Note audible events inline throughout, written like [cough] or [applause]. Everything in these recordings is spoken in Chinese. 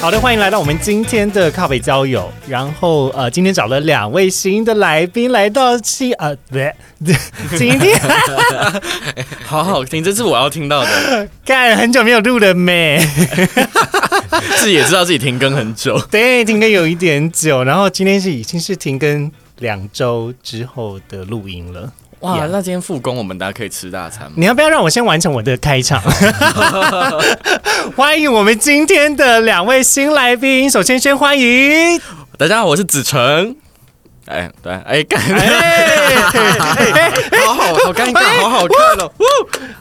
好的，欢迎来到我们今天的靠北交友。然后呃，今天找了两位新的来宾来到七呃，不对， [laughs] 今天 [laughs] 好好听，这是我要听到 [laughs] 的。干很久没有录了没？自己也知道自己停更很久， [laughs] 对，停更有一点久，然后今天是已经是停更两周之后的录音了。 [laughs] 哇 Yeah 那今天复工，我们大家可以吃大餐吗？你要不要让我先完成我的开场？ [laughs] 欢迎我们今天的两位新来宾，首先先欢迎，大家好，我是子成。哎，对，哎，干， [laughs] [laughs] 哎好好好尴尬，好好看哦。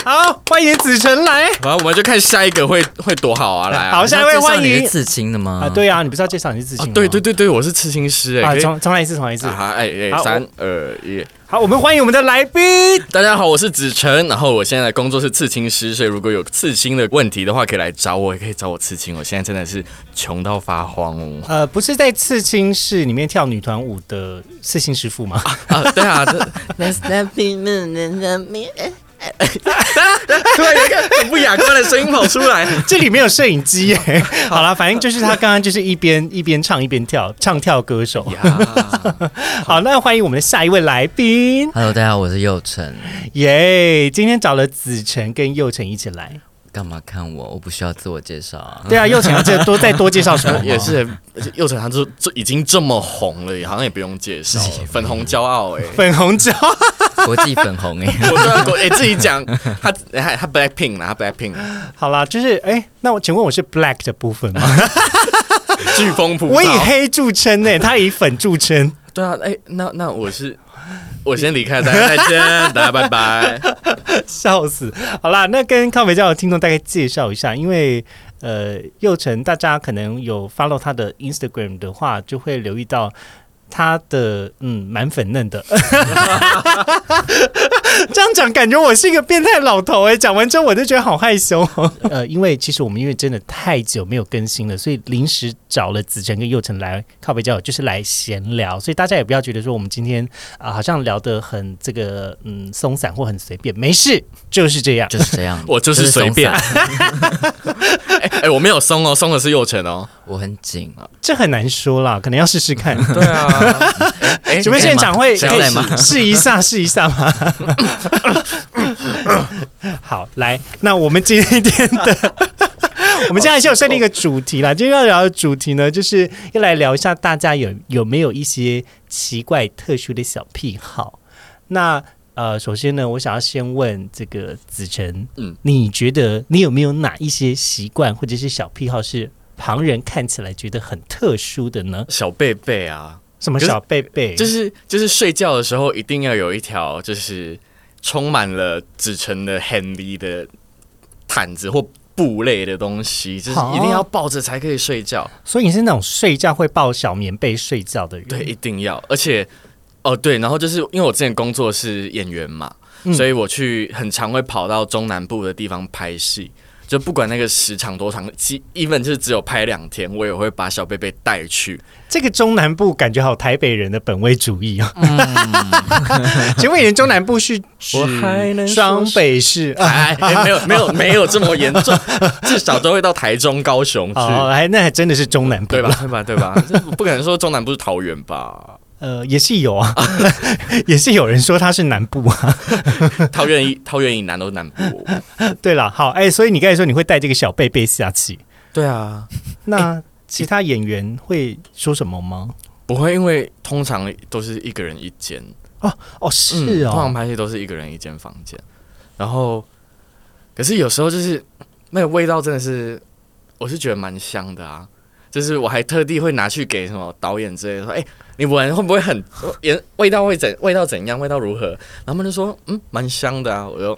好，欢迎子晨来。好，我们就看下一个会会多好啊！来啊，好，下一位欢你迎是刺青的吗？啊，，对啊，你不是要介绍你是自啊己吗？对对对对，我是刺青师哎啊，可以。重重来一次，重来一次。啊，哎好哎，三二一，好，我们欢迎我们的来宾。大家好，我是子成，然后我现在的工作是刺青师，所以如果有刺青的问题的话，可以来找我，也可以找我刺青。我现在真的是穷到发慌哦。呃，不是在刺青室里面跳女团舞的刺青师傅吗？ [laughs] 啊，对啊，这那那冰冷的面，突然有一个很不雅观的声音跑出来。 [laughs] 这里面有摄影 [laughs] 机耶。好了，反正就是他刚刚就是一边一边唱一边跳，唱跳歌手。好，那欢迎我们的下一位来宾， Hello，大家好，我是佑成。耶！今天找了子晨跟佑成一起来。干嘛看我？我不需要自我介绍啊。 [laughs] 对啊，佑成要再多再多介绍什么吗？ [laughs] 也是，佑成他就就已经这么红了，好像也不用介绍了，粉红骄傲哎、粉红椒，国际粉红哎、我都 [laughs] 要哎、自己讲，他他他 Blackpink 啦，他 Blackpink 好啦，就是哎、那我请问我是 black 的部分 [laughs] 吗？飓风普照我以黑著称呢、他以粉著 [laughs] 称。对啊，哎、那那我是我先离开，大家再见，大家拜拜。笑死！好啦，那跟靠美教的听众大概介绍一下，因为呃，佑成大家可能有 follow 他的 Instagram 的话，就会留意到他的嗯蛮粉嫩的。 [laughs] 这样讲，感觉我是一个变态老头哎、讲完之后，我就觉得好害羞、哦。呃，因为其实我们因为真的太久没有更新了，所以临时找了子晨跟佑成来靠北交友，就是来闲聊。所以大家也不要觉得说我们今天啊、好像聊得很这个嗯松散或很随便，没事，就是这样。 [laughs] 就是这样，我就是随便就是松散哎、哎我没有松哦，松的是佑成哦。我很紧啊。这很难说啦，可能要试试看。 [laughs] 对啊，哎、请问现场会现在可以吗试一下，试一下吗？ [laughs] 好，来，那我们今天的。 [laughs] 我们现在是有设定一个主题啦，今天要聊的主题呢，就是要来聊一下大家有有没有一些奇怪特殊的小癖好。那呃，首先呢，我想要先问这个子晨，嗯嗯，你觉得你有没有哪一些习惯或者是小癖好是旁人看起来觉得很特殊的呢？小贝贝啊，什么可是小贝贝？就是就是睡觉的时候一定要有一条就是充满了纸层的 handy 的毯子或布类的东西，就是好一定要抱着才可以睡觉。所以你是那种睡觉会抱小棉被睡觉的人？对，一定要，而且哦对，然后就是因为我之前工作是演员嘛，嗯所以我去很常会跑到中南部的地方拍戏。就不管那个时长多长，即 even 就是只有拍两天，我也会把小贝贝带去。这个中南部感觉好台北人的本位主义哦。 [laughs] 请问你的中南部是指嗯我还能说双北市？啊 [laughs] 哎，哎没有没有没有这么严重，至少都会到台中、高雄去。哦，还那还真的是中南部对吧？？对吧？对吧？这不可能说中南部是桃园吧？呃，也是有啊， [laughs] 也是有人说他是南部啊。桃园以桃园以南都是南部。对了，好，哎，所以你刚才说你会带这个小贝贝下棋，对啊，那其他演员会说什么吗？不会，因为通常都是一个人一间，嗯哦，是通常哦，拍戏都是一个人一间房间。然后，可是有时候就是那个味道真的是，我是觉得蛮香的啊。就是我还特地会拿去给什么导演之类的说，哎、你闻会不会很也味道会怎味道怎样味道如何？然后他们就说，嗯，蛮香的啊。我就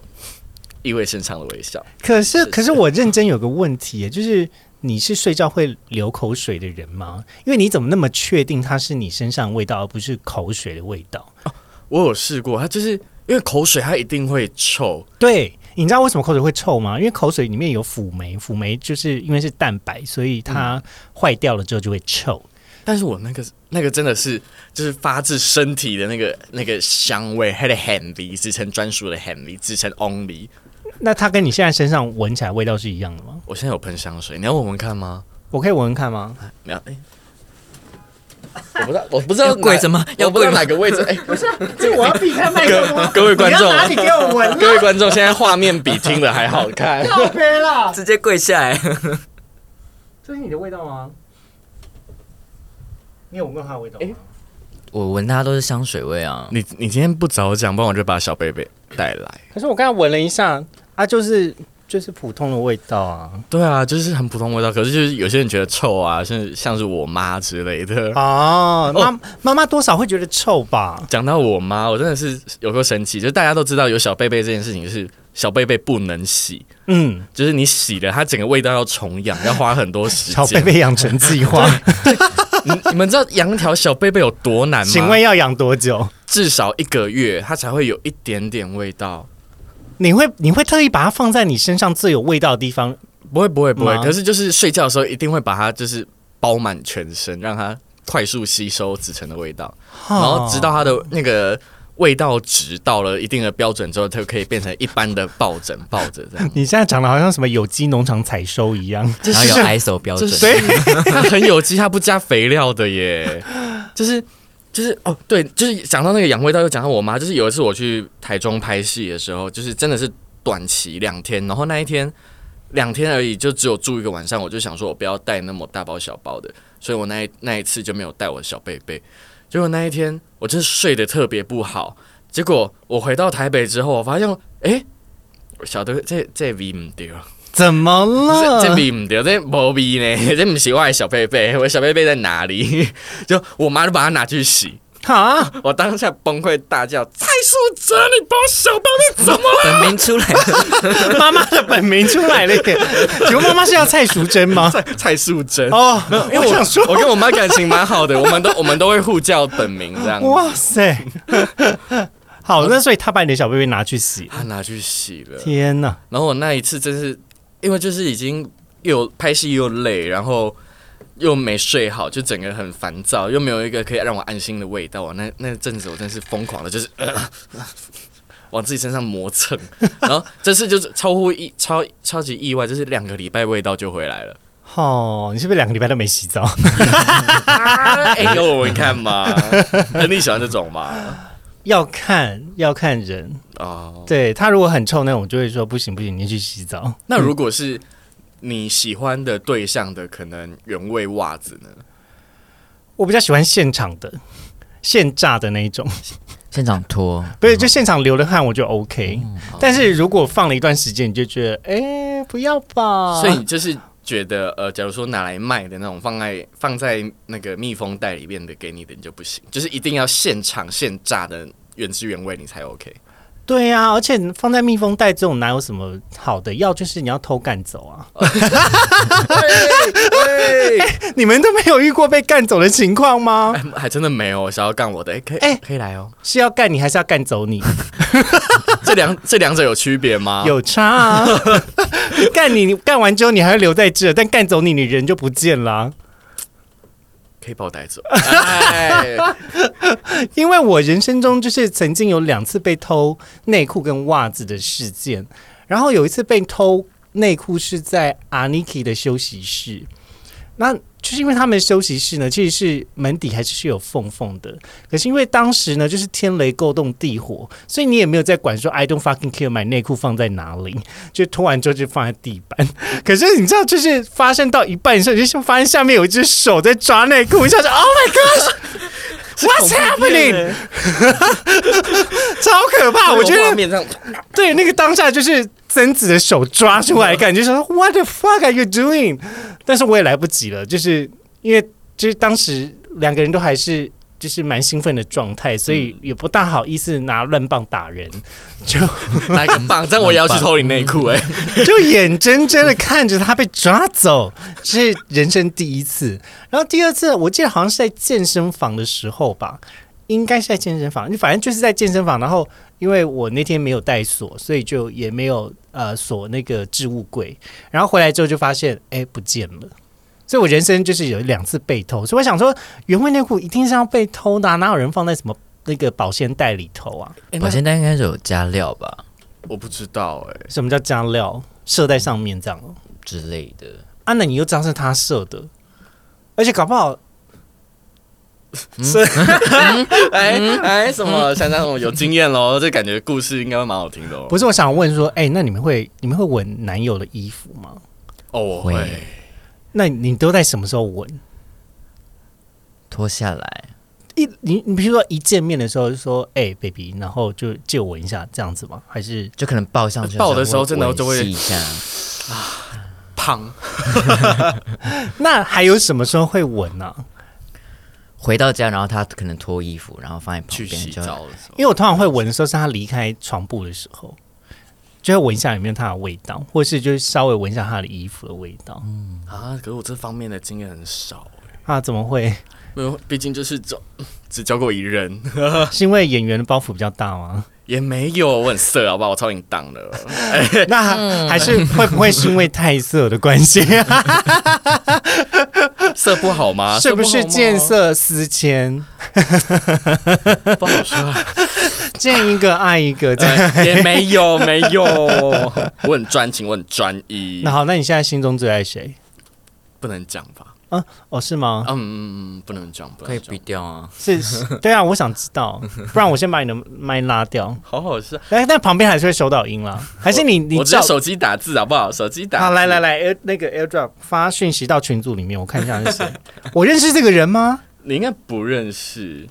意味深长的微笑。可是是可是我认真有个问题耶，就是你是睡觉会流口水的人吗？因为你怎么那么确定它是你身上的味道，而不是口水的味道？我有试过，它就是因为口水它一定会臭，对，你知道为什么口水会臭吗？因为口水里面有辅酶，辅酶就是因为是蛋白，所以它坏掉了之后就会臭。但是我那个那个真的是就是发自身体的那个那个香味，它的 Henry 自称专属的 Henry，自称 Only。那它跟你现在身上闻起来味道是一样的吗？我现在有喷香水，你要闻闻看吗？我可以闻闻看吗？你要哎。我不知道，我不知道要跪着吗要要不知道跪吗哪个位置？哎、这我要避开麦克各风，各位观众，啊你给我啊闻各位观众，现在画面比听的还好看。靠背啦？直接跪下来。 [laughs] 这是你的味道吗？你有闻过它的味道吗？我闻它都是香水味啊，你你今天不早讲，不然我就把小贝贝带来。可是我刚才闻了一下，啊，就是就是普通的味道啊对啊，就是很普通的味道，可是就是有些人觉得臭啊，像像是我妈之类 [laughs] 的。啊，妈妈妈多少会觉得臭吧？讲到我妈，我真的是有够生气，就是大家都知道有小贝贝这件事情是小贝贝不能洗，嗯，就是你洗了它整个味道要重养，要花很多时小贝间。贝养成计 [laughs] 划，你 [laughs] 你们知道养一条小贝贝有多难吗？请问要养多久？至少一个月它才会有一点点味道。你会你会特意把它放在你身上最有味道的地方？不会不会不会，吗可是就是睡觉的时候一定会把它就是包满全身，让它快速吸收紫橙的味道， [laughs] 然。然后直到它的那个味道值到了一定的标准之后，它就可以变成一般的抱枕抱着这样你现在讲的好像什么有机农场采收一样，然后有 ISO 标准，对，它 [laughs] 很有机，它不加肥料的耶，就是。就是哦，对，就是讲到那个养味道，又讲到我妈。就是有一次我去台中拍戏的时候，就是真的是短期两天，然后那一天两天而已，就只有住一个晚上。我就想说，我不要带那么大包小包的，所以我那一那一次就没有带我的小贝贝。结果那一天我真是睡得特别不好。结果我回到台北之后，我发现，哎，我晓得这这 V 唔对。哦怎么这这了？比唔对，这无比呢，这不是我的小贝贝，我的小贝贝在哪里？ [laughs] 就我妈就把它拿去洗，啊！我当下崩溃大叫：“蔡淑哲，你把我小包贝怎 [laughs] 么了？本 [laughs] 名出来了，妈妈的本名出来了 [laughs] 耶！请问妈妈是要 [laughs] 蔡淑珍吗？蔡蔡淑贞。”哦，因为我想说，我跟我妈感情蛮好的，我们都我们都会互叫本名这样。哇 [laughs] 塞！好，那所以他把你的小贝贝拿去洗，她拿去洗了，天哪！然后我那一次真是，因为就是已经又拍戏又累，然后又没睡好，就整个很烦躁，又没有一个可以让我安心的味道。啊那那阵子我真是疯狂的，就是、呃 [laughs] 呃往自己身上磨蹭。然后这次就是超乎意超超级意外，就是两个礼拜味道就回来了。哦，你是不是两个礼拜都没洗澡？哎呦，我看嘛，那你喜欢这种吗？要看要看人，哦，对他如果很臭那种，我就会说不行不行，你去洗澡。那如果是你喜欢的对象的可能原味袜子呢？我比较喜欢现场的。现榨的那一种，现场脱，不是就现场流的汗我就 OK，、但嗯是如果放了一段时间，你就觉得哎、不要吧，所以你就是觉得，呃，假如说拿来卖的那种，放在放在那个密封袋里面的给你的，你就不行，就是一定要现场现榨的原汁原味，你才 OK。对呀、而且放在密封袋这种哪有什么好的？要就是你要偷干走啊！哎 [laughs] 你们都没有遇过被干走的情况吗哎？还真的没有想要干我的，哎、可以，哎可以来哦。是要干你还是要干走你？这两这两者有区别吗？，有差啊！ [laughs] 干你，你干完之后你还会留在这，但干走你，你人就不见了啊、可以把我带走。哎，因为我人生中就是曾经有两次被偷内裤跟袜子的事件，然后有一次被偷内裤是在阿尼 i 的休息室，那就是因为他们的休息室呢，其实是门底还是是有缝缝的，可是因为当时呢就是天雷勾动地火，所以你也没有在管说 I don't fucking care 买内裤放在哪里，就脱完之后就放在地板。可是你知道，就是发生到一半的时候，你就发现下面有一只手在抓内裤，我就想说 Oh my gosh，What's happening？超可怕！我觉那个得画面上对，那个当下就是曾子的手抓出来，感觉说 What the fuck are you doing？但是我也来不及了，就是因为就是当时两个人都还是就是蛮兴奋的状态，所以也不大好意思拿乱棒打人，就来个棒，这样我也要去偷你内裤哎。 [laughs] 就眼睁睁的看着他被抓走，这是人生第一次。然后第二次，我记得好像是在健身房的时候吧。应该是在健身房，你反正就是在健身房。然后因为我那天没有带锁，所以就也没有呃锁那个置物柜。然后回来之后就发现，哎，不见了。所以我人生就是有两次被偷，所以我想说，原味内裤一定是要被偷的、啊，哪有人放在什么那个保鲜袋里头啊？哎保那鲜袋应该是有加料吧我不知道哎、什么叫加料？射在上面这样哦。之类的，啊，那你又知道是他射的，而且搞不好哎、哎，什么珊珊什么有经验喽？这感觉故事应该会蛮好听的哦。不是我想问说，哎、那你们会你们会闻男友的衣服吗？哦，我会会，那你都在什么时候闻？脱下来一你你比如说一见面的时候就说，哎、b a b y 然后就借我闻一下这样子吗？还是 [laughs] 就可能抱上去，抱的时候真的就会闻一下，胖那还有什么时候会闻啊呢、回到家，然后他可能脱衣服，然后放在旁去洗边就澡的时候，因为我通常会闻的时候是他离开床铺的时候，就会闻一下有没有他的味道，或是就是稍微闻一下他的衣服的味道。啊，可是我这方面的经验很少哎、啊，怎么会？没有，毕竟就是只 [laughs] 只教过一人，是因为演员的包袱比较大吗？ [laughs] 也没有我很色，好不好？我超淫荡的，哎那还还是会不会是因为太色的关系、色啊不 [laughs] 好吗？是不是见色色思迁， [laughs] 不好吗不好说？啊 [laughs] 见一个爱一 [laughs] 个这样？呃也没有没有， [laughs] 我很专情，我很专一那，好，那你现在心中最爱谁？不能讲吧？哦，是吗？嗯嗯嗯，不能讲，不可能以讲逼。掉啊。是，是对啊，我想知 [laughs] 道，不然我先把你的麦拉掉。好好笑，但但旁边还是会收到音啦，还是你你我直接照手机打字好不好？手机打字好，来来，来，air 那个 AirDrop 发讯息到群组里面，我看一下是谁。 [laughs] 我认识这个人吗？你应该不认识，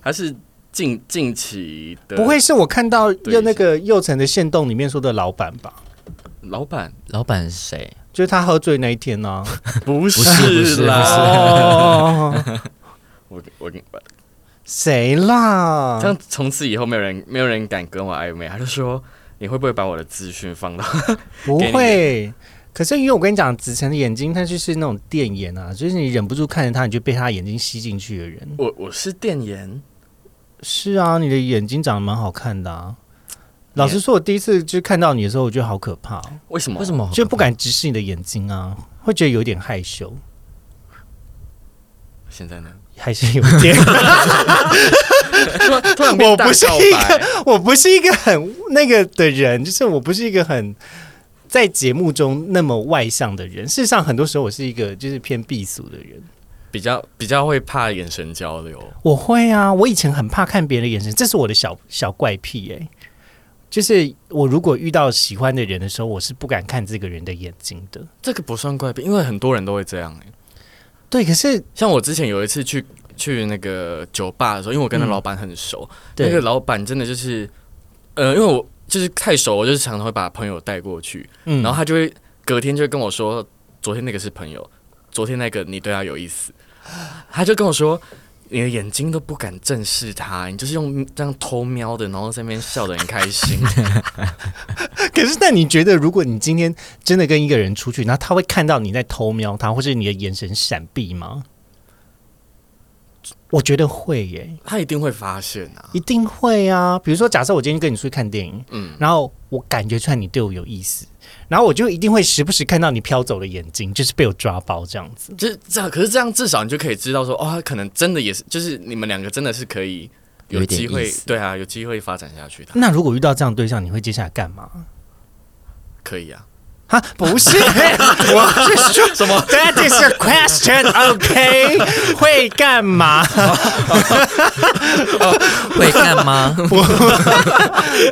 他是近近期的，不会是我看到对一下右那个右层的线洞里面说的老板吧？[laughs] 老板老板是谁？就是他喝醉那一天啊呢、不不是啦，不是 [laughs] 哦，我我跟谁啦这？样从此以后没有人没有人敢跟我暧昧，他就说你会不会把我的资讯放到？ [laughs] 不给你会。可是因为我跟你讲，子晨的眼睛，他就是那种电眼啊，就是你忍不住看着他，你就被他眼睛吸进去的人。我我是电研，是啊，你的眼睛长得蛮好看的啊。老实说，我第一次就看到你的时候，我觉得好可怕、哦。为什么？为什？么就不？敢直视你的眼睛啊，会觉得有点害羞，现在呢？ [laughs] 还是有点。突然我变大不是告一白，个，我不是一个很那个的人，就是我不是一个很在节目中那么外向的人。事实上，很多时候我是一个就是偏避俗的人。比较比较会怕眼神交流。我会啊，我以前很怕看别人的眼神，这是我的小小怪癖哎、就是我如果遇到喜欢的人的时候，我是不敢看这个人的眼睛的。这个不算怪病，因为很多人都会这样、欸。对，可是像我之前有一次去去那个酒吧的时候，因为我跟那嗯老板很熟，对那个老板真的就是，呃，因为我就是太熟，我就是常常会把朋友带过去，嗯然后他就会隔天就会跟我说，昨天那个是朋友，昨天那个你对他有意思，他就跟我说。你的眼睛都不敢正视他，你就是用这样偷瞄的，然后在那边笑得很开心。 [laughs] [laughs] 可是，那你觉得，如果你今天真的跟一个人出去，然后他会看到你在偷瞄他，或是你的眼神闪避吗？我觉得会耶、他一定会发现啊！一定会啊。比如说，假设我今天跟你出去看电影，嗯然后我感觉出来你对我有意思，然后我就一定会时不时看到你飘走的眼睛，就是被我抓包这样子。就是这样，可是这样至少你就可以知道说，哦，他可能真的也是，就是你们两个真的是可以有有一点机会意，思对啊，有机会发展下去的， [laughs] 那如果遇到这样的对象，你会接下来干嘛？可以啊。啊，不是， [laughs] 我是说什么？That is a question. OK，会 [laughs] 干嘛？会干嘛？ [laughs]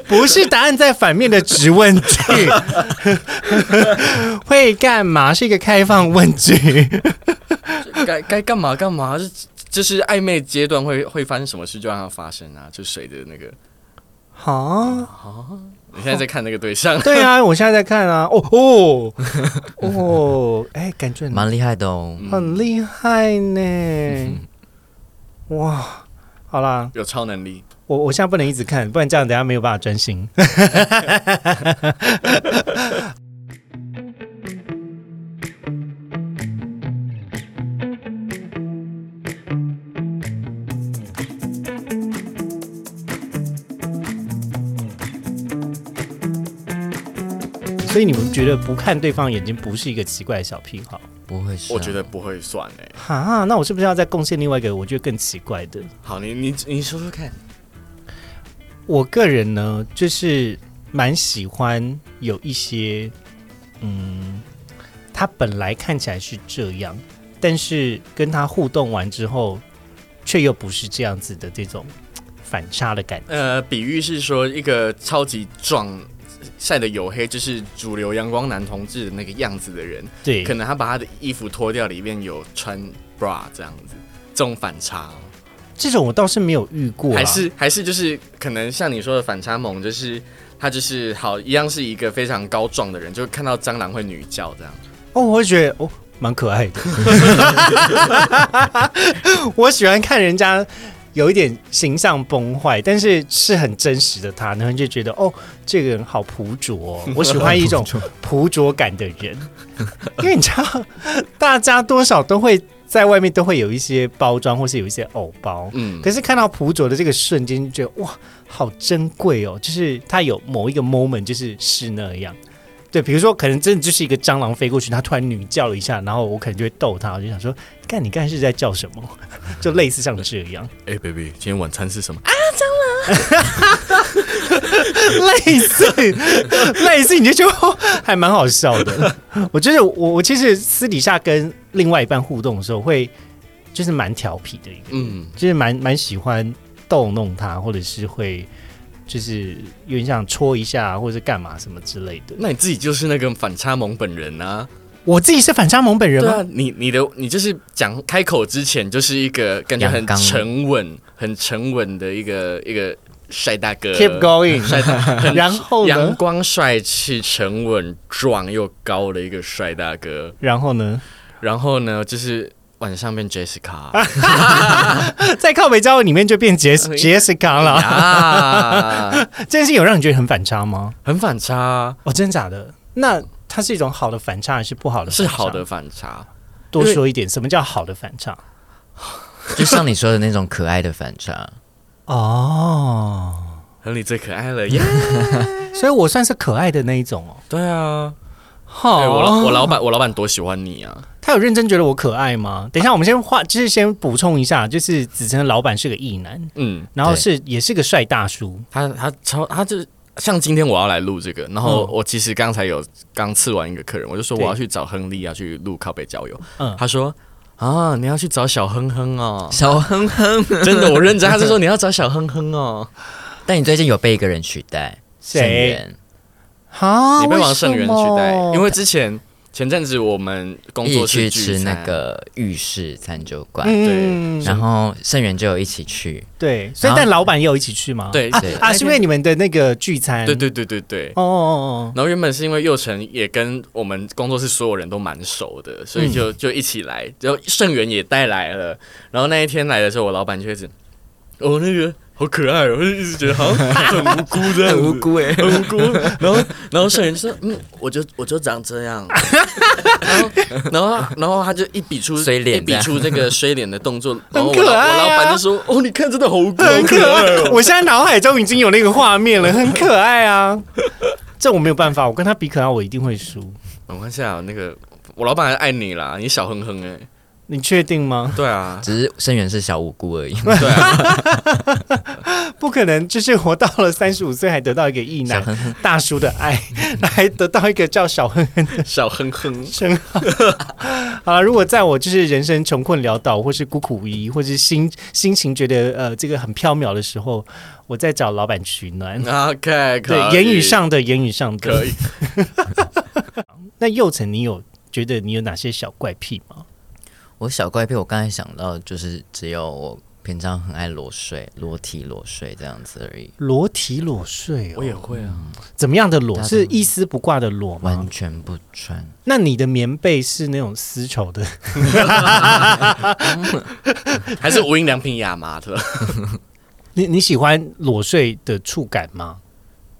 不是答案在反面的直问 [laughs] 句，会干嘛是一个开放问句。该该干嘛干嘛，就就是暧昧阶段会会发生什么事就让它发生啊，就随着那个。好，你现在在看那个对象， [laughs] 对啊，我现在在看啊，哦哦 [laughs] 哦，哎、感觉很蛮厉害的哦。很厉害呢，哇！好啦，有超能力，我我现在不能一直看，不然这样等下没有办法专心。 [laughs] 所以你们觉得不看对方眼睛不是一个奇怪的小癖好？不会是啊、我觉得不会算哎、哈，那我是不是要再贡献另外一个我觉得更奇怪的？好，你你你说说看，我个人呢，就是蛮喜欢有一些，嗯，他本来看起来是这样，但是跟他互动完之后，却又不是这样子的这种反差的感觉。呃，比喻是说一个超级壮。晒得黝黑，就是主流阳光男同志的那个样子的人，对，可能他把他的衣服脱掉，里面有穿 bra 这样子，这种反差哦、这种我倒是没有遇过啦，还是还是就是可能像你说的反差萌，就是他就是好一样是一个非常高壮的人，就看到蟑螂会女叫这样。哦，我会觉得哦，蛮可 [laughs] 爱的。我喜欢看人家有一点形象崩坏，但是是很真实的他，然后就觉得哦，这个人好朴拙哦、我喜欢一 [laughs] 种朴拙感的 [laughs] 人，因为你知道，大家多少都会在外面都会有一些包装，或是有一些偶包。嗯，可是看到朴拙的这个瞬间，就觉得哇，好珍贵哦！就是他有某一个 moment，就是是那样。对，比如说可能真的就是一个蟑螂飞过去，他突然女叫了一下，然后我可能就会逗他，我就想说，干你刚才是在叫什么？ [laughs] 就类似像这样，哎、b a b y 今天晚餐是什么？啊类似类似，你就觉得哦还蛮好笑的。我就是我我其实私底下跟另外一半互动的时候，会就是蛮调皮的一个人嗯，就是蛮蛮喜欢逗弄他，或者是会就是有点想戳一下，或者是干嘛什么之类的。那你自己就是那个反差萌本人啊。我自己是反差萌本人对吗？啊，你你的你就是讲开口之前就是一个感觉很阳刚沉稳、很沉稳的一个一个帅大哥 Keep going 帅大啊 [laughs] 很然后呢阳光、帅气、沉稳、壮又高的一个帅大哥。然后呢，然后呢，就是晚上变 Jessica [laughs] 在靠北交友里面就变杰 Jessica 了，啊，这件事有让你觉得很反差吗？很反差啊，哦，真的假的？那它是一种好的反差还是不好的？是好的，反差。多说一点，什么叫好的反差？就像你说的那种可爱的反差，，哦，亨利最可 [laughs] 爱了耶！所以我算是可爱的那一种哦。对啊，对好我老我老板我老板多喜欢你啊！他有认真觉得我可爱吗？等一下，我们先话就是先补充一下，就是子晨的老板是个异男，嗯，然后是也是个帅大叔，他他超他就是像今天我要来录这个，然后我其实刚才有刚刺完一个客人，我就说我对要去找亨利啊，去录靠北交友。嗯他说啊，你要去找小亨亨哦 [laughs] 小 [laughs] 哼哼。真的我认真，他是说你要找小亨亨哦，但你最近有被一个人取代，谁圣元哈你被王胜元取代，因啊为为之前前阵子我们工一作室起去吃聚餐那个浴室餐酒什馆，么对嗯然后圣元就有一起去，对，所以然后但老板也有一起去吗？对啊对啊，是因为你们的那个聚餐，对对对对对。哦，哦哦哦，然后原本是因为佑成也跟我们工作室所有人都蛮熟的，所以就就一起来，然后盛元也带来了。然后那一天来的时候，我老板就一直，哦那个好可爱哦，我就一直觉得好像很无辜欸这样子。辜哎，很无辜，然后然后盛元就说，嗯，我就我就长这样，然后然后然后他就一比出衰脸一比出这个衰脸的动作，然后我很可老爱啊我老板就说，哦，你看真的好无辜，很可好爱。[laughs] 哦我现在脑海中已经有那个画面了，很可爱啊。这我没有办法，我跟他比可爱，我一定会输。没关系啊，那个我老板还爱你啦，你小哼哼哎、你确定吗？对啊， [laughs] 只是圣元是小无辜 [laughs] 而已，对啊，不可能，就是我到了三十五岁还得到一个异小男哼哼。大叔的爱， [laughs] 还得到一个叫小亨亨的小哼哼，称号。 [laughs] 好了，如果在我就是人生穷困潦倒，或是孤苦无依，或是心心情觉得呃这个很缥缈的时候，我再找老板取暖。 OK，对，可以言语上的，言语上的可。以。那佑成，你有觉得你有哪些小怪癖吗？我小怪癖，我刚才想到就是只有我平常很爱裸睡、裸体裸睡这样子而已，裸体裸睡哦，会啊，怎么样的裸？大家是一丝不挂的裸吗完？全不穿。那你的棉被是那种丝绸的？还是无印良品亚麻的，你你喜欢裸睡的触感吗？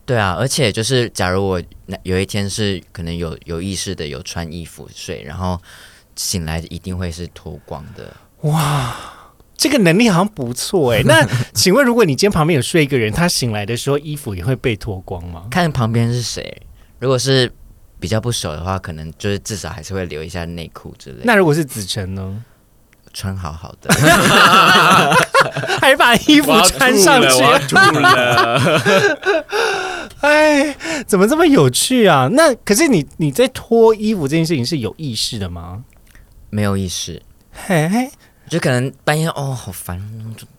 对啊，而且就是，假如我那有一天是可能有有意识的有穿衣服睡，然后醒来一定会是脱光的。这个能力好像不错 [laughs] 哎、那请问，如果你今天旁边有睡一个人，他醒来的时候衣服也会被脱光吗？看旁边是谁，如果是比较不熟的话，可能就是至少还是会留一下内裤之类的，那如果是子晨呢？穿好好的。 [laughs] 还把衣服我要穿吐上了 [laughs] 我要去，吐了。哎，怎么这么有趣啊？那可是你你在脱衣服这件事情是有意识的吗？没有意识，嘿，就可能半夜哦好烦，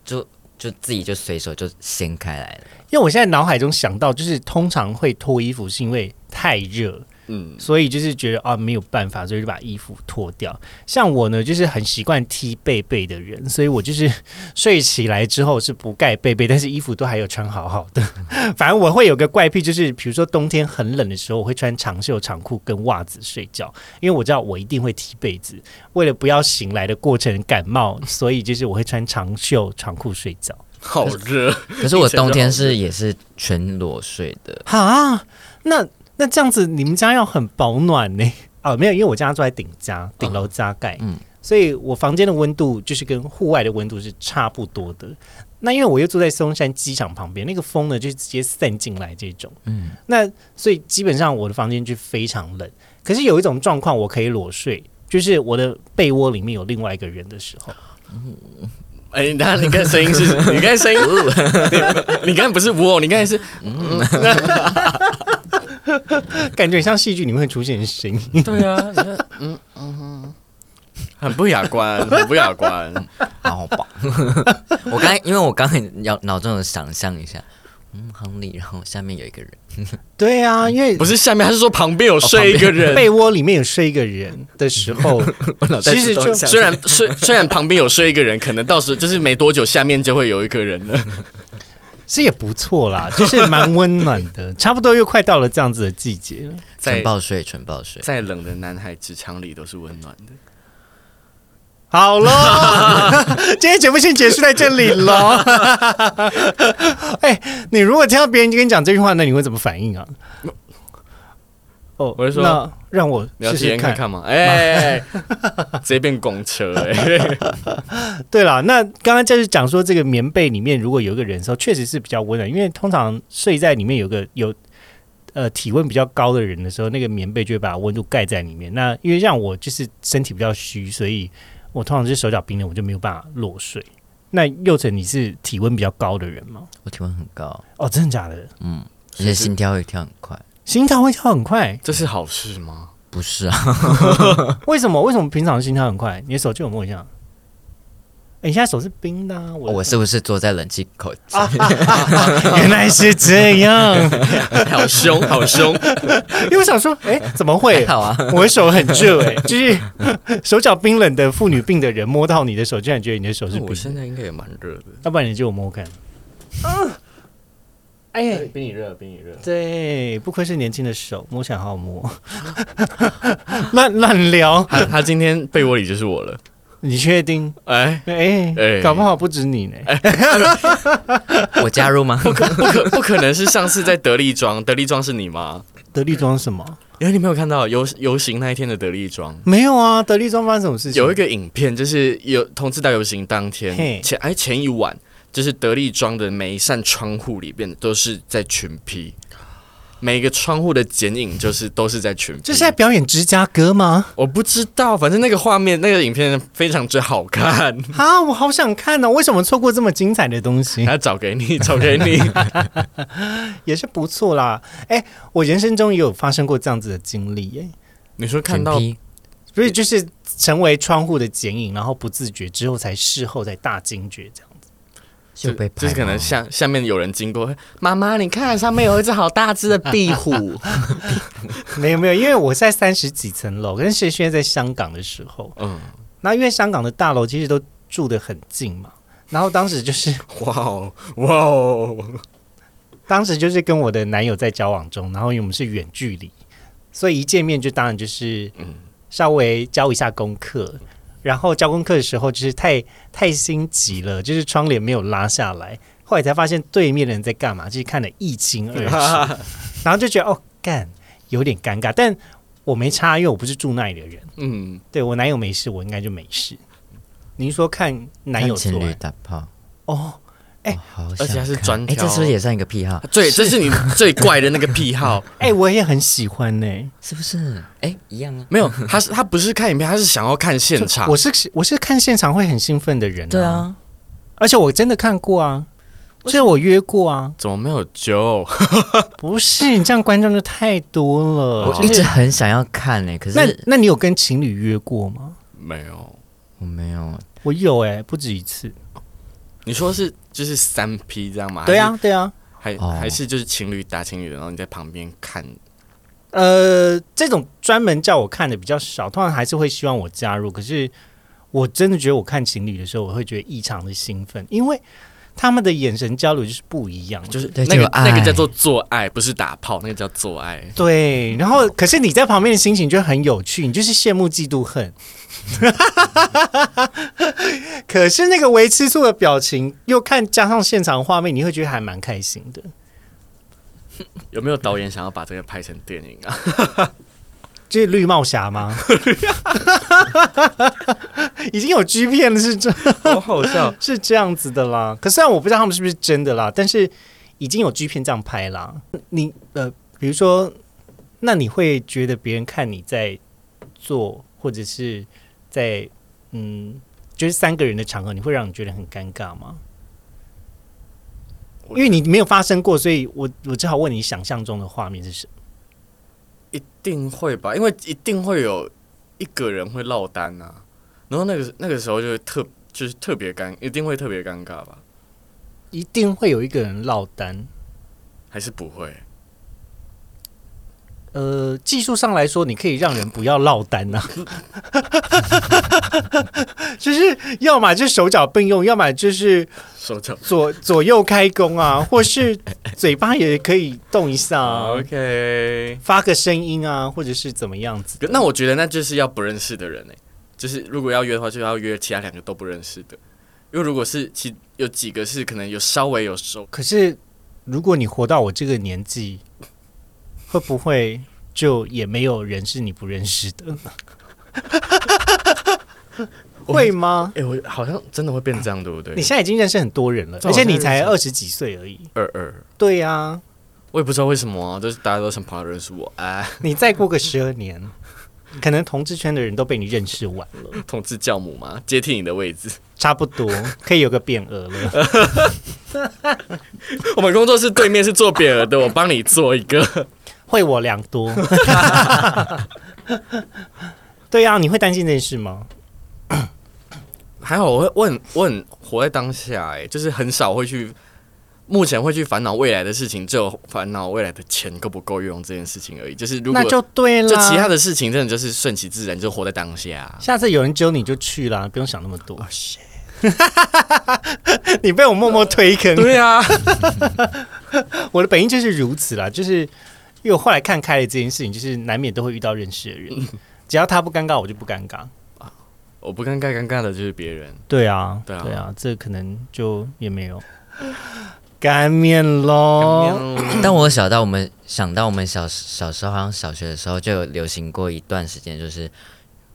就就就自己就随手就掀开来了。因为我现在脑海中想到，就是通常会脱衣服是因为太热，嗯，所以就是觉得啊没有办法，所以就把衣服脱掉。像我呢，就是很习惯踢被被的人，所以我就是睡起来之后是不盖被被，但是衣服都还有穿好好的。 [laughs] 反正我会有个怪癖，就是比如说冬天很冷的时候，我会穿长袖长裤跟袜子睡觉，因为我知道我一定会踢被子，为了不要醒来的过程感冒，所以就是我会穿长袖长裤睡觉。好热，可是我冬天是也是全裸睡的，哈，那那这样子，你们家要很保暖呢、哦，没有，因为我家住在顶家，顶楼加盖，嗯所以我房间的温度就是跟户外的温度是差不多的。那因为我又住在松山机场旁边，那个风呢就直接散进来这种，嗯，那所以基本上我的房间就非常冷。可是有一种状况，我可以裸睡，就是我的被窝里面有另外一个人的时候，哎，那你看声音是，你看声音，你你刚才不是我，你刚才是嗯感觉像戏剧里面会出现的声音。对啊，嗯嗯嗯， [laughs] 很不雅观，很不雅观。好饱。 [laughs] 我刚才因为我刚才脑脑中有想象一下，嗯，亨利，然后下面有一个人， [laughs] 对啊，因为不是下面，他是说旁边有 [laughs] 睡一个 [laughs] 人。被窝里面有睡一个人的时 [laughs] 候，其实就虽然虽虽然旁边有睡一个人，可能到时就是没多久，下面就会有一个人了。是也不错啦，就是蛮温暖的，差不多又快到了这样子的季节 [laughs] 了。纯在抱睡，纯抱睡。再冷的男孩，职场里都是温暖的。好 [laughs] 喽，今天节目先结束在这里 [laughs] 喽。哎、你如果听到别人跟你讲这句话，那你会怎么反应啊？哦，我是说那让我你要试体试验看看。看吗？哎、直接变公车哎、对啦，那刚刚就是讲说，这个棉被里面如果有一个人的时候，确实是比较温暖，因为通常睡在里面有个有呃体温比较高的人的时候，那个棉被就会把温度盖在里面。那因为像我就是身体比较虚，所以我通常是手脚冰冷，我就没有办法落睡。那佑成，你是体温比较高的人吗？我体温很高，哦，真的假的？嗯，而且心跳会跳很快。心跳会跳很快，这是好事吗？ [laughs] 不是啊，为什么？为什么平常心跳很快？你的手借我摸一下。哎，你现在手是冰的、啊，我我是不是坐在冷气口？ [laughs] 原来是这样，好凶，[laughs] 好凶！因为我想说，哎，怎么会 [laughs] 还？好啊，我的手很热哎、就是手脚冰冷的妇女病的人摸到你的手，居然觉得你的手是冰我现的。在应该也蛮热的。要不然你借我摸看。哎呀，比你热，比你热。对，不愧是年轻的手，摸起来好好摸。 [laughs] 乱乱聊，他他今天被窝里就是我了。你确定？哎、哎、哎搞不好不止你呢。我加入吗？不可 [laughs] 不可能是上次在德利庄，德利庄是你吗？德利庄什么？因为你没有看到游游行那一天的德利庄。没有啊，德利庄发生什么事情？有一个影片，就是有同志大游行当嘿天前哎前一晚，就是德利庄的每一扇窗户里边都是在群批，每个窗户的剪影就是都是在群批。这是在表演芝加哥 [laughs] 吗？我不知道，反正那个画面那个影片非常之好 [laughs] 看，啊，我好想看呢、为什么错过这么精彩的东西？他找给你，找给你。也是不错啦。哎、我人生中也有发生过这样子的经历耶、你说看到整批所以就是成为窗户的剪影，然后不自觉之后才事后才大惊觉这样。就被拍就是可能吗下下面有人经过，妈妈你看上面有一只好大只的壁虎，没有没有，因为我在三十几层楼，跟谢轩在香港的时候，嗯，那因为香港的大楼其实都住得很近嘛，然后当时就是 [laughs] 哇哦哇哦，当时就是跟我的男友在交往中，然后因为我们是远距离，所以一见面就当然就是稍微交一下功课。然后交功课的时候，就是太太心急了，就是窗帘没有拉下来。后来才发现对面的人在干嘛，就是看得一清二楚，然后就觉得哦，干有点尴尬，但我没差，因为我不是住那里的人。嗯，对我男友没事，我应该就没事。您说看男友看情做侣爱打炮，哦，哎好想看，而且它是专哎，这是不挑啊是也算一个癖好？最这是你最怪的那个癖好，哎、我也很喜欢呢、是不是？哎，一样啊。没有，他是他不是看影片，他是想要看现场我。是我是看现场会很兴奋的人、对，啊，而且我真的看过啊，这我约过啊，怎么没有揪？不是你这样观众就太多了。我就一直是很想要看欸呢，可那是那你有跟情侣约过吗？没有，我没有。啊我有哎、不止一次。你说是就是三 P 这样吗？对啊，对啊。还是，还哦还是就是情侣打情侣的，然后你在旁边看。呃，这种专门叫我看的比较少，通常还是会希望我加入。可是我真的觉得我看情侣的时候，我会觉得异常的兴奋，因为他们的眼神交流就是不一样，就是对那就个有爱那个叫做做爱，不是打炮，那个叫做爱。对。然后，可是你在旁边的心情就很有趣，你就是羡慕、嫉妒、恨。 [laughs] 可是那个维吃醋的表情，又看加上现场画面，你会觉得还蛮开心的。有没有导演想要把这个拍成电影啊？就是绿帽侠吗？ [laughs] 已经有 G 片了，是这好好笑！是这样子的啦。可虽然我不知道他们是不是真的啦，但是已经有 G 片这样拍啦。你呃，比如说，那你会觉得别人看你在做，或者是在嗯，就是三个人的场合，你会让你觉得很尴尬吗？我因为你没有发生过，所以我我只好问你想象中的画面是什么？一定会吧，因为一定会有一个人会落单啊，然后那个那个时候就会特就是特别尴，一定会特别尴尬吧？一定会有一个人落单。还是不会？呃，技术上来说，你可以让人不要落单呐、 [laughs] 就是要么就手脚并用，要么就是手脚左左右开弓啊，或是嘴巴也可以动一下、 [laughs] 啊， OK。发个声音啊，或者是怎么样子可那我觉得那就是要不认识的人呢、欸就是如果要约的话，就要约其他两个都不认识的，因为如果是其有几个是可能有稍微有熟，可是如果你活到我这个年纪，会不会就也没有人是你不认识 [laughs] 的？会吗？哎、我好像真的会变这样，对不对你？现在已经认识很多人了，对而我且哦现在你才认识二十几岁而已。二二，对呀、啊，我也不知道为什么、啊，就是大家都想跑来认识我， [laughs] 哎，你再过个十二年， [laughs] 可能同志圈的人都被你认识完了，统治教母嘛，接替你的位置。差不 [laughs] 多可以有个匾额了。 [laughs] 我们工作室对面是做匾额的，我帮你做一个。会我良多。 [laughs] 对呀、啊，你会担心这件事吗？ [laughs] 还好，我会我很我很活在当下、哎，就是很少会去，目前会去烦恼未来的事情，只有烦恼未来的钱够不够用这件事情而已。就是如果那就对了。就其他的事情，真的就是顺其自然，就活在当下。下次有人揪你就去啦，不用想那么哦多。 [laughs] 你被我默默推坑，对啊，我的本意就是如此啦，就是因为我后来看开了这件事情，就是难免都会遇到认识的嗯人，只要他不尴尬，我就不尴尬。 [laughs] 我不尴尬，尴尬的就是别人。对啊，对啊对啊，这可能就也没有。干面喽，哦但我想到我们想到我们小小时候，好像小学的时候就有流行过一段时间，就是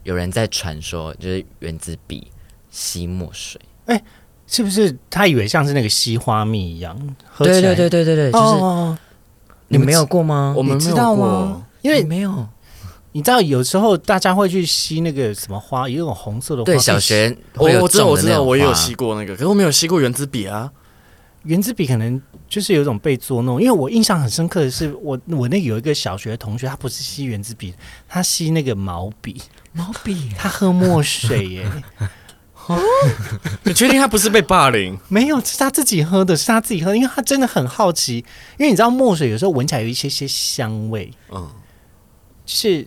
有人在传说，就是原子笔吸墨水。是不是他以为像是那个西花蜜一样？喝起对来对对对对对，就是哦，你们没有过吗？我们你没知有道过吗，因为你没有。你知道有时候大家会去吸那个什么花，有一种红色的花。对，小学我会有哦我知道我种的知那道，种我也有花吸过那个，可是我没有吸过原子笔 [laughs] 啊。原子笔可能就是有一种被捉弄，因为我印象很深刻的是，我我那有一个小学同学，他不是吸原子笔，他吸那个毛笔，毛笔。他喝墨水耶、你确定他不是被霸凌？没有，是他自己喝的，是他自己喝的，因为他真的很好奇，因为你知道墨水有时候闻起来有一些些香味，嗯就是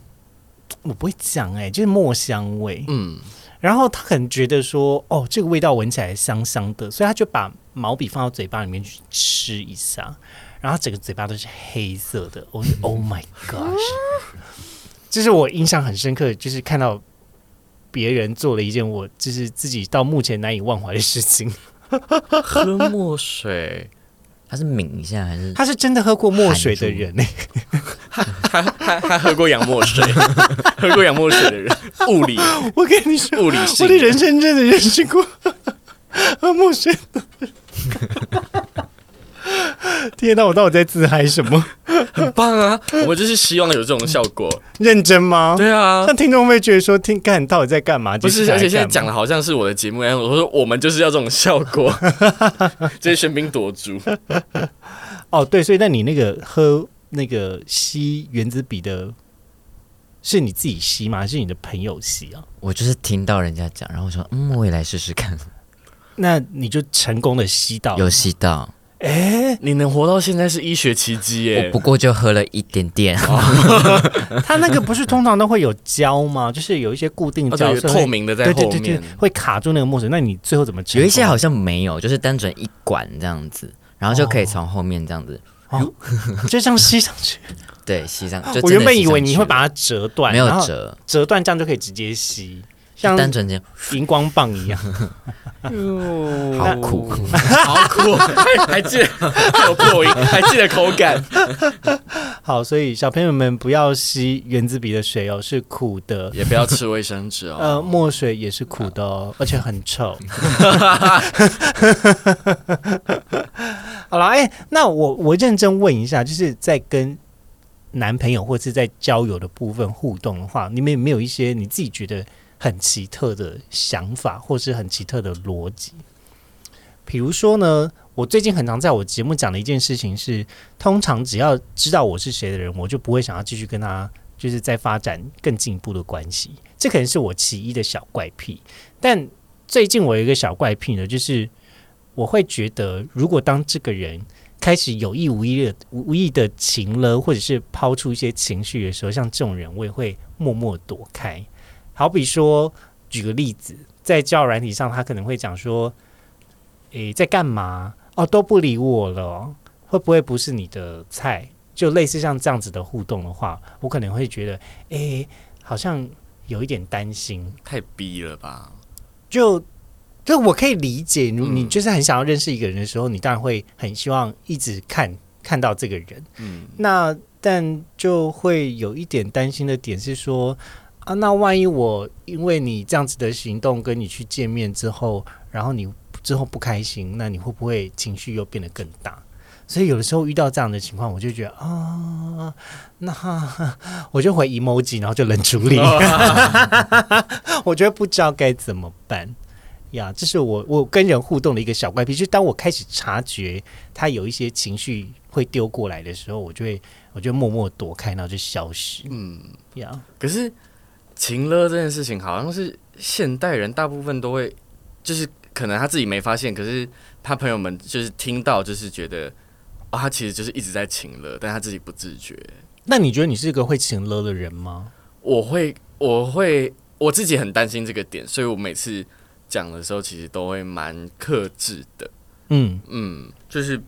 我不会讲哎、就是墨香味。嗯，然后他可能觉得说，哦，这个味道闻起来香香的，所以他就把毛笔放到嘴巴里面去吃一下，然后整个嘴巴都是黑色的。我、说 Oh my gosh！这是我印象很深刻，就是看到别人做了一件我就是自己到目前难以忘怀的事情。喝墨水， [laughs] 他是抿一下还是？他是真的喝过墨水的人、欸，他他他喝过洋墨 [laughs] 水，喝过洋墨水 [laughs] 的人，物理我跟你说，物理 [laughs] 性我的人生真的认识过喝墨水的人。天哪，我到底在自嗨什 [laughs] 么？很棒啊！嗯我们就是希望有这种效果。认真吗？对啊嗯那，听众会不会觉得说，听干你到底在干嘛？不这是，是而且现在干嘛讲的好像是我的节目一样。我说我们就是要这种效果， [laughs] 这些喧宾夺主。哎哦，对，所以那你那个喝那个吸原子笔的，是你自己吸吗？还是你的朋友吸啊？我就是听到人家讲，然后我说嗯，我也来试试看，那你就成功的吸到有吸到。你能活到现在是医学奇迹我耶！不过就喝了一点点，它那个不是通常都会有胶吗？就是有一些固定哦胶，对，有所以透明的在对对后对对面，，会卡住那个墨水。那你最后怎么成功？有一些好像没有，就是单纯一管这样子，然后就可以从后面这样子， [laughs] 就这样吸上去。对，吸上。就啊我真的原本吸以为上你去会了把它折断，没有然后折，折断，这样就可以直接吸，像单纯这样，荧光棒一样。 [laughs] 好苦，嗯好 [laughs] 苦，还记得还有破音，还记得口 [laughs] 感。好，所以小朋友们不要吸原子笔的水哦，是苦的。也不要吃卫生纸哦。呃，墨水也是苦的哦，而且很臭。好了，哎、那我我认真问一下，就是在跟男朋友或是在交友的部分互动的话，你们有没有一些你自己觉得很奇特的想法，或是很奇特的逻辑？比如说呢，我最近很常在我节目讲的一件事情是，通常只要知道我是谁的人，我就不会想要继续跟他就是在发展更进一步的关系。这可能是我其一的小怪癖。但最近我有一个小怪癖呢，就是我会觉得，如果当这个人开始有意无意的无意的情了，或者是抛出一些情绪的时候，像这种人，我也会默默躲开。好比说，举个例子，在交友软体上，他可能会讲说：“诶，在干嘛？哦，都不理我了，哦会不会不是你的菜？”就类似像这样子的互动的话，我可能会觉得，诶，好像有一点担心。太逼了吧！就就我可以理解，你嗯你就是很想要认识一个人的时候，你当然会很希望一直看看到这个人。嗯，那但就会有一点担心的点是说啊，那万一我因为你这样子的行动跟你去见面之后，然后你之后不开心，那你会不会情绪又变得更大？所以有的时候遇到这样的情况，我就觉得啊，那 [laughs] 我就回 emoji，然后就冷处 [laughs] 理。 [laughs] 哦我觉得不知道该怎么办呀。这是我我跟人互动的一个小怪癖，就是当我开始察觉他有一些情绪会丢过来的时候，我就会我就默默躲开，然后就消失。嗯呀，可是情勒这件事情，好像是现代人大部分都会，就是可能他自己没发现，可是他朋友们就是听到，就是觉得啊、他其实就是一直在情勒，但他自己不自觉。那你觉得你是一个会情勒的人吗？我会，我会，我自己很担心这个点，所以我每次讲的时候，其实都会蛮克制的。嗯，嗯，就是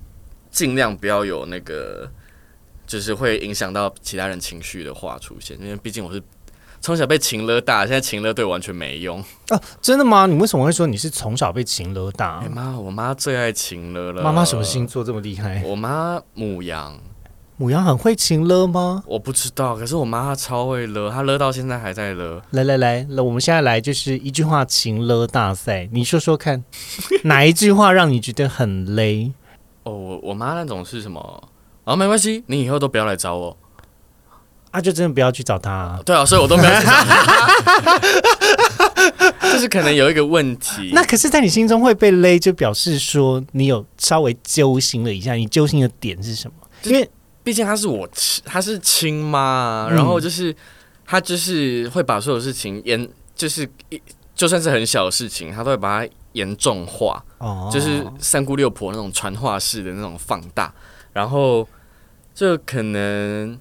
尽量不要有那个，就是会影响到其他人情绪的话出现，因为毕竟我是从小被情勒大，现在情勒对我完全没用。真的吗？你为什么会说你是从小被情勒大哎？妈、我妈最爱情勒了。妈妈什么星？座这么厉害？我妈母羊，母羊很会情勒吗？我不知道，可是我妈她超会勒，她勒到现在还在勒。来来来，那我们现在来就是一句话情勒大赛，你说说 [laughs] 看，哪一句话让你觉得很勒？哦，我我妈那种是什么？啊，没关系，你以后都不要来 [laughs] 找我。啊，就真的不要去找他、啊。对啊，所以我都没有去找她。 [laughs] 就是可能有一个问题，嗯那可是，在你心中会被勒，就表示说你有稍微揪心了一下。你揪心的点是什么？因为毕竟她是我亲，她是亲妈啊，嗯然后就是她就是会把所有事情严，就是一就算是很小的事情，她都会把它严重化。哦，就是三姑六婆那种传话式的那种放大，然后就可能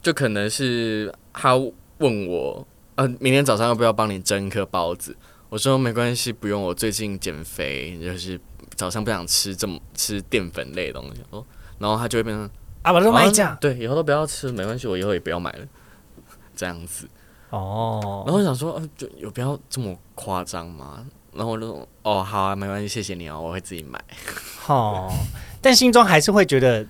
就可能是他问我，呃，明天早上要不要帮你蒸一颗包子？我说没关系，不用，我最近减肥，就是早上不想吃这么吃淀粉类的东西。哦，然后他就会变成啊，把它卖价啊对，以后都不要吃，没关系，我以后也不要买了， [laughs] 这样子。然哦。后我想说，呃、就有必要这么夸张吗？然后我就说，哦，好啊，没关系，谢谢你哦，我会自己买。好，但心中还是会觉得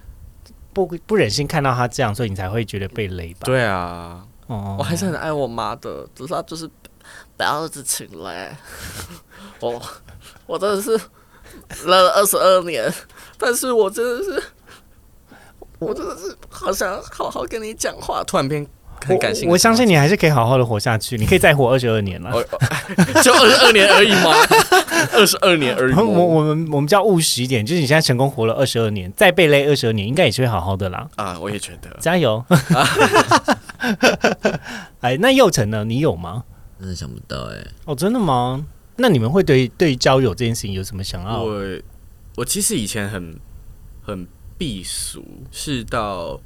不不忍心看到他这样，所以你才会觉得被勒吧？对啊，哦，我还是很爱哎我妈的，只哦是她就是不要一直请来。我我真的是拉了二十二年，但是我真的是，我真的是好想好好跟你讲话，突然变很感性我。我相信你还是可以好好的活下去，你可以再活二十 [laughs] 二年了。我，我 [laughs] 就二十二年而已吗？ [laughs] 二十二年而已我 [laughs] 我吗。我们我们比较务实一点，就是你现在成功活了二十二年，再被累二十二年，应该也是会好好的啦。啊，我也觉得，加 [laughs] 油！哎，那佑成呢？你有吗？ [laughs] 真的想不到哎、哦，真的吗？那你们会对对于交友这件事情有什么想要？我我其实以前很很避俗，是到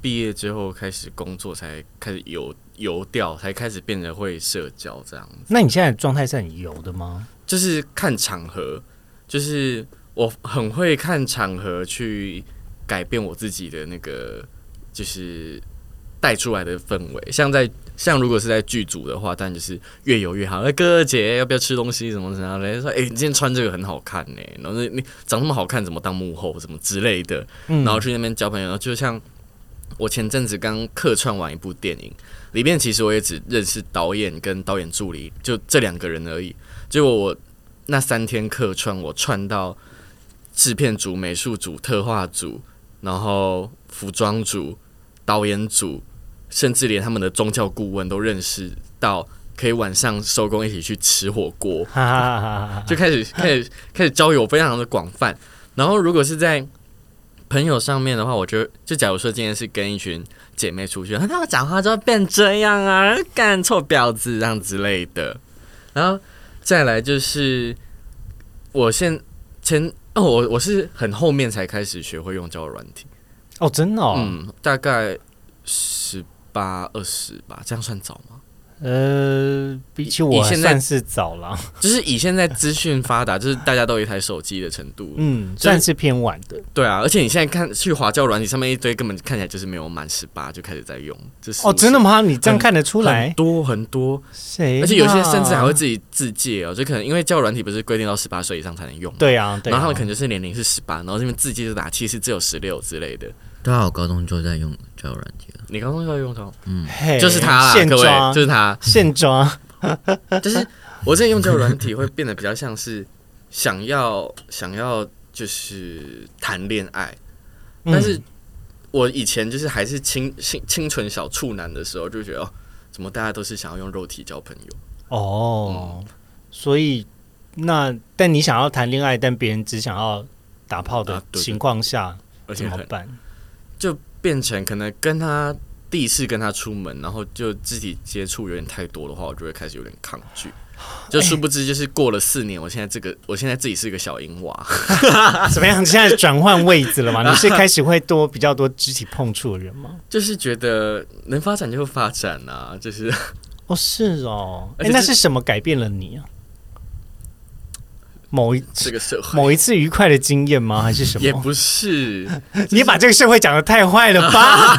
毕业之后开始工作才开始游游掉，才开始变得会社交这样。那你现在的状态是很油的吗？就是看场合，就是我很会看场合去改变我自己的那个，就是带出来的氛围。像在像如果是在剧组的话，当然就是越游越好。那哥姐要不要吃东西什么什么的？说哎、你今天穿这个很好看呢、然后你长那么好看，怎么当幕后什么之类的。嗯然后去那边交朋友。然后就像我前阵子刚客串完一部电影，里面其实我也只认识导演跟导演助理，就这两个人而已。结果我那三天客串，我串到制片组、美术组、特化组，然后服装组、导演组，甚至连他们的宗教顾问都认识到。可以晚上收工一起去吃火锅，哈哈哈哈哈！就开始开始开始交友非常的广泛。然后如果是在朋友上面的话，我觉得就假如说今天是跟一群姐妹出去，然后她们讲话就会变这样啊，干臭婊子这样之类的。然后再来就是我现前哦，我我是很后面才开始学会用交友软体，哦，真的、哦，嗯，大概十八二十吧，这样算早吗？呃，比起我以现在算是早 [laughs] 了，就是以现在资讯发达，就是大家都有一台手机的程度，嗯，是算是偏晚的。对啊，而且你现在看去华教软体上面一堆，根本看起来就是没有满十八就开始在用，就是哦，真的吗？你这样很看得出很来？多很多，谁？而且有些甚至还会。自己自戒哦，就可能因为教软体不是规定到十八岁以上才能用嘛，对啊，对啊。然后他们可能就是年龄是十八，然后这边自戒就打其实只有十六之类的，对啊，我高中就在用交友软件了，你刚刚要用到嘿就是他啦，现啊各位抓，就是他，现抓。就是我之前用交友软体会变得比较像是想要想要就是谈恋爱。嗯但是我以前就是还是清清清纯小处男的时候，就觉得哦，怎么大家都是想要用肉体交朋友？哦，嗯所以那但你想要谈恋爱，但别人只想要打炮的啊对对情况下，而怎且么很办？就变成可能跟他第一次跟他出门，然后就肢体接触有点太多的话，我就会开始有点抗拒。就殊不知，就是过了四年，我现在这个，我现在自己是个小淫娃， [laughs] 怎么样？你现在转换位置了吗？你是开始会多比较多肢体碰触的人吗？就是觉得能发展就发展啊，就是哦，是哦。而哎、且那这是什么改变了你啊？某一这个社会某一次愉快的经验吗？还是什也么？不是，你把这个社会讲的太坏了 [laughs] 吧？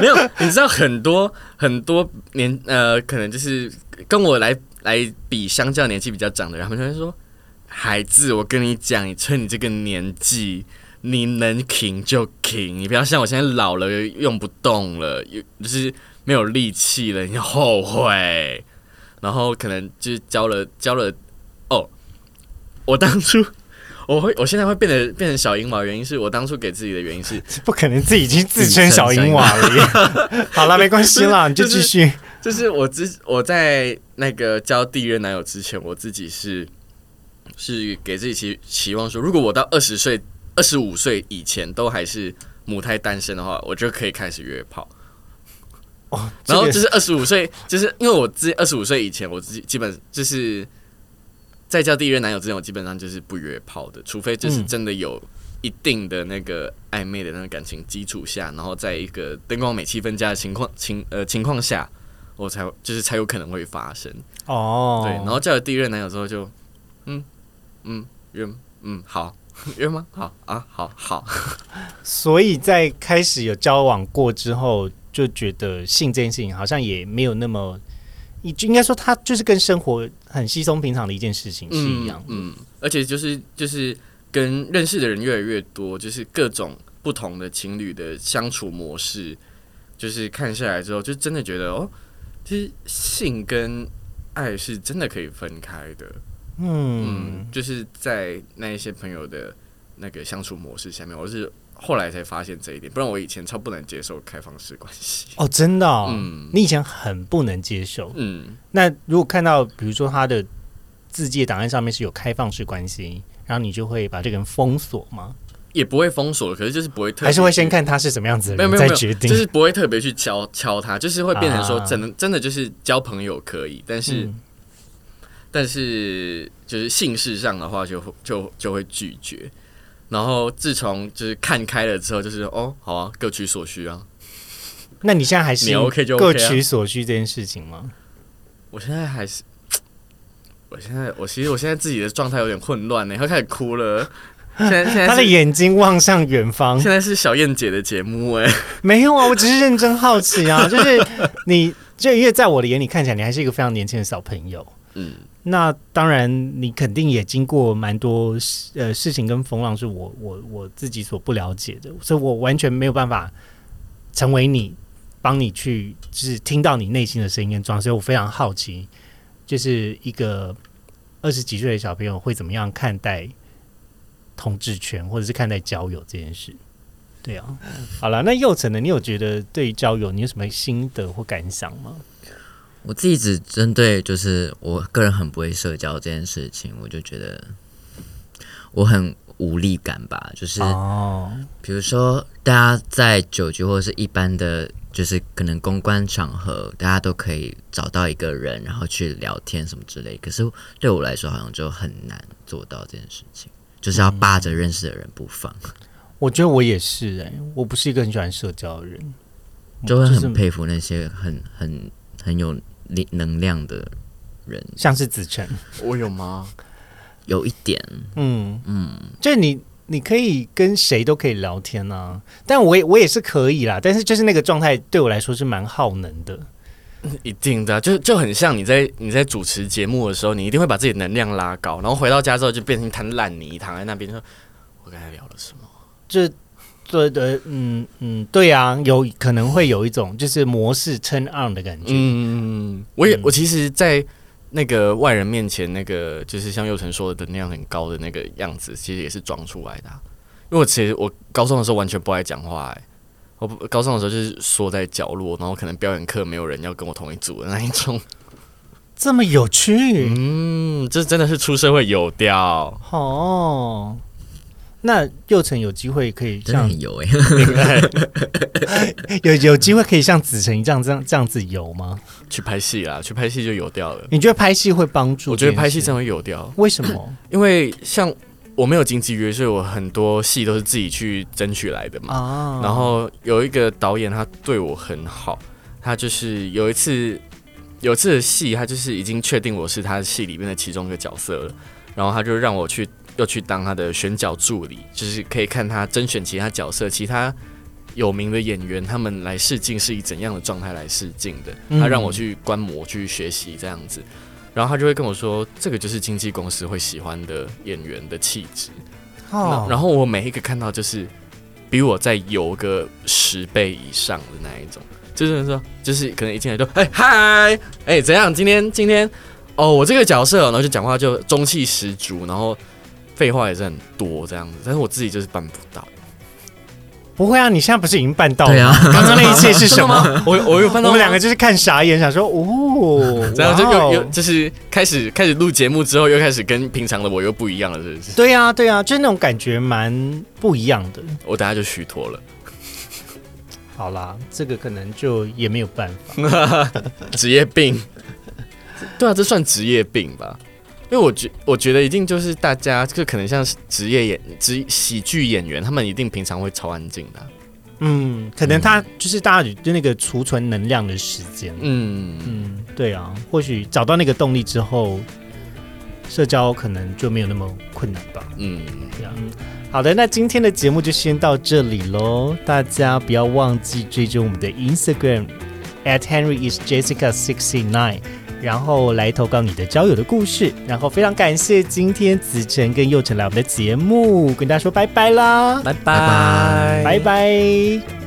没有，你知道很多很多年呃，可能就是跟我来来比，相较年纪比较长的人，他们就会说：“孩子，我跟你讲，你趁你这个年纪，你能停就停，你不要像我现在老了用不动了，有就是没有力气了，你后悔。”然后可能就是交了交了哦，我当初。我会，我现在会变得变成小淫娃，原因是我当初给自己的原因是，不可能自己已经自称小淫娃了耶。 [laughs] 好了，没关系啦，你就继续。就是我之我在那个交第一任男友之前，我自己是是给自己期期望说，如果我到二十岁、二十五岁以前都还是母胎单身的话，我就可以开始约炮。哦，然后这个就是二十五岁，就是因为我自二十五岁以前，我自己基本就是在交第一任男友之前，我基本上就是不约炮的，除非就是嗯真的有一定的那个暧昧的那个感情基础下，然后在一个灯光美气氛佳的情况情呃情况下，我才就是才有可能会发生。哦，对，然后交了第一任男友之后就，嗯嗯约嗯好 [laughs] 约吗？好啊好好，所以在开始有交往过之后，就觉得性这件事情好像也没有那么，你就应该说它就是跟生活很稀松平常的一件事情是一样。嗯，嗯而且就是就是跟认识的人越来越多，就是各种不同的情侣的相处模式，就是看下来之后，就真的觉得哦，其实性跟爱是真的可以分开的。嗯，嗯，就是在那一些朋友的那个相处模式下面，我是后来才发现这一点，不然我以前超不能接受开放式关系。哦，真的、哦，嗯你以前很不能接受。嗯，那如果看到，比如说他的字界档案上面是有开放式关系，然后你就会把这个人封锁吗？也不会封锁，可是就是不会特别还是会去先看他是什么样子的没有人没有再没有，决定？就是不会特别去敲敲他，就是会变成说啊真的、真的就是交朋友可以，但是、嗯但是就是性事上的话就会就就会拒绝。然后自从就是看开了之后，就是哦，好啊，各取所需啊。那你现在还是你 OK 就各 OK 啊取所需这件事情吗？我现在还是，我现在我其实我现在自己的状态有点混乱呢，要开始哭 [laughs] 了。现在现在他的是眼睛望向远方，现在是小燕姐的节目哎，没有啊，我只是认真好奇啊， [laughs] 就是你，就因为在我的眼里看起来，你还是一个非常年轻的小朋友。嗯，那当然，你肯定也经过蛮多事呃事情跟风浪，是我我我自己所不了解的，所以我完全没有办法成为你，帮你去就是听到你内心的声音跟状态，所以我非常好奇，就是一个二十几岁的小朋友会怎么样看待同志圈，或者是看待交友这件事。对啊，好了，那佑成呢？你有觉得对于交友你有什么心得或感想吗？我自己只针对就是我个人很不会社交这件事情，我就觉得我很无力感吧。就是哦，比如说大家在酒局或者是一般的，就是可能公关场合，大家都可以找到一个人，然后去聊天什么之类。可是对我来说，好像就很难做到这件事情，就是嗯要扒着认识的人不放，我觉得我也是哎、我不是一个很喜欢社交的人，就会嗯是很佩服那些很很很有力能量的人，像是子晨，我有吗？有一点。嗯嗯，就是你你可以跟谁都可以聊天啊，但我也我也是可以啦，但是就是那个状态对我来说是蛮耗能的，一定的啊，就就很像你在你在主持节目的时候，你一定会把自己的能量拉高，然后回到家之后就变成一滩烂泥，躺在那边说：“我刚才聊了什么就对对嗯嗯对啊，有可能会有一种就是模式 turn on 的感？”觉，嗯，我也我其实，在那个外人面前，那个就是像佑成说的那样很高的那个样子，其实也是装出来的啊、因为我其实我高中的时候完全不爱讲话、欸，我不高中的时候就是缩在角落，然后可能表演课没有人要跟我同一组的那一种。这么有趣、嗯，这真的是出社会有调。哦。那佑成有机会可以真的像很油哎、 [laughs] 有有机会可以像子晨这样这样这样子游吗？去拍戏啦，去拍戏就有调了。你觉得拍戏会帮助我这觉件事？得拍戏真的会有掉，为什么因为像我没有经纪约，所以我很多戏都是自己去争取来的嘛。啊？然后有一个导演，他对我很好，他就是有一次有一次的戏，他就是已经确定我是他戏里面的其中一个角色了，然后他就让我去又去当他的选角助理，就是可以看他甄选其他角色，其他。有名的演员，他们来试镜是以怎样的状态来试镜的？嗯他让我去观摩、去学习这样子，然后他就会跟我说，这个就是经纪公司会喜欢的演员的气质。哦那，然后我每一个看到就是比我再有个十倍以上的那一种，就是说，就是可能一进来就哎嗨哎怎样？今天今天哦，我这个角色哦，然后就讲话就中气十足，然后废话也是很多这样子，但是我自己就是办不 [laughs] 到。不会啊，你现在不是已经办到了？对啊， [laughs] 刚刚那一切是什么？我我有 [laughs] 我办到们吗两个就是看傻眼，想说哦， [laughs] 然后就哇又哦又就是开始开始录节目之后，又开始跟平常的我又不一样了，是不是？对啊，对啊，就是那种感觉蛮不一样的。我等下就虚脱了，好啦，这个可能就也没有办法。职业病。对啊，这算职业病吧？因为我觉我觉得一定就是大家就可能像是职业演职喜剧演员，他们一定平常会超安静的啊、嗯，可能他就是大家就那个储存能量的时间。嗯，嗯，对啊，或许找到那个动力之后，社交可能就没有那么困难吧。嗯，这样好的，那今天的节目就先到这里喽，大家不要忘记追踪我们的 Instagram at Henry is Jessica sixty nine，然后来投稿你的交友的故事。然后非常感谢今天子晨跟佑成来我们的节目，跟大家说拜拜啦，拜拜拜拜。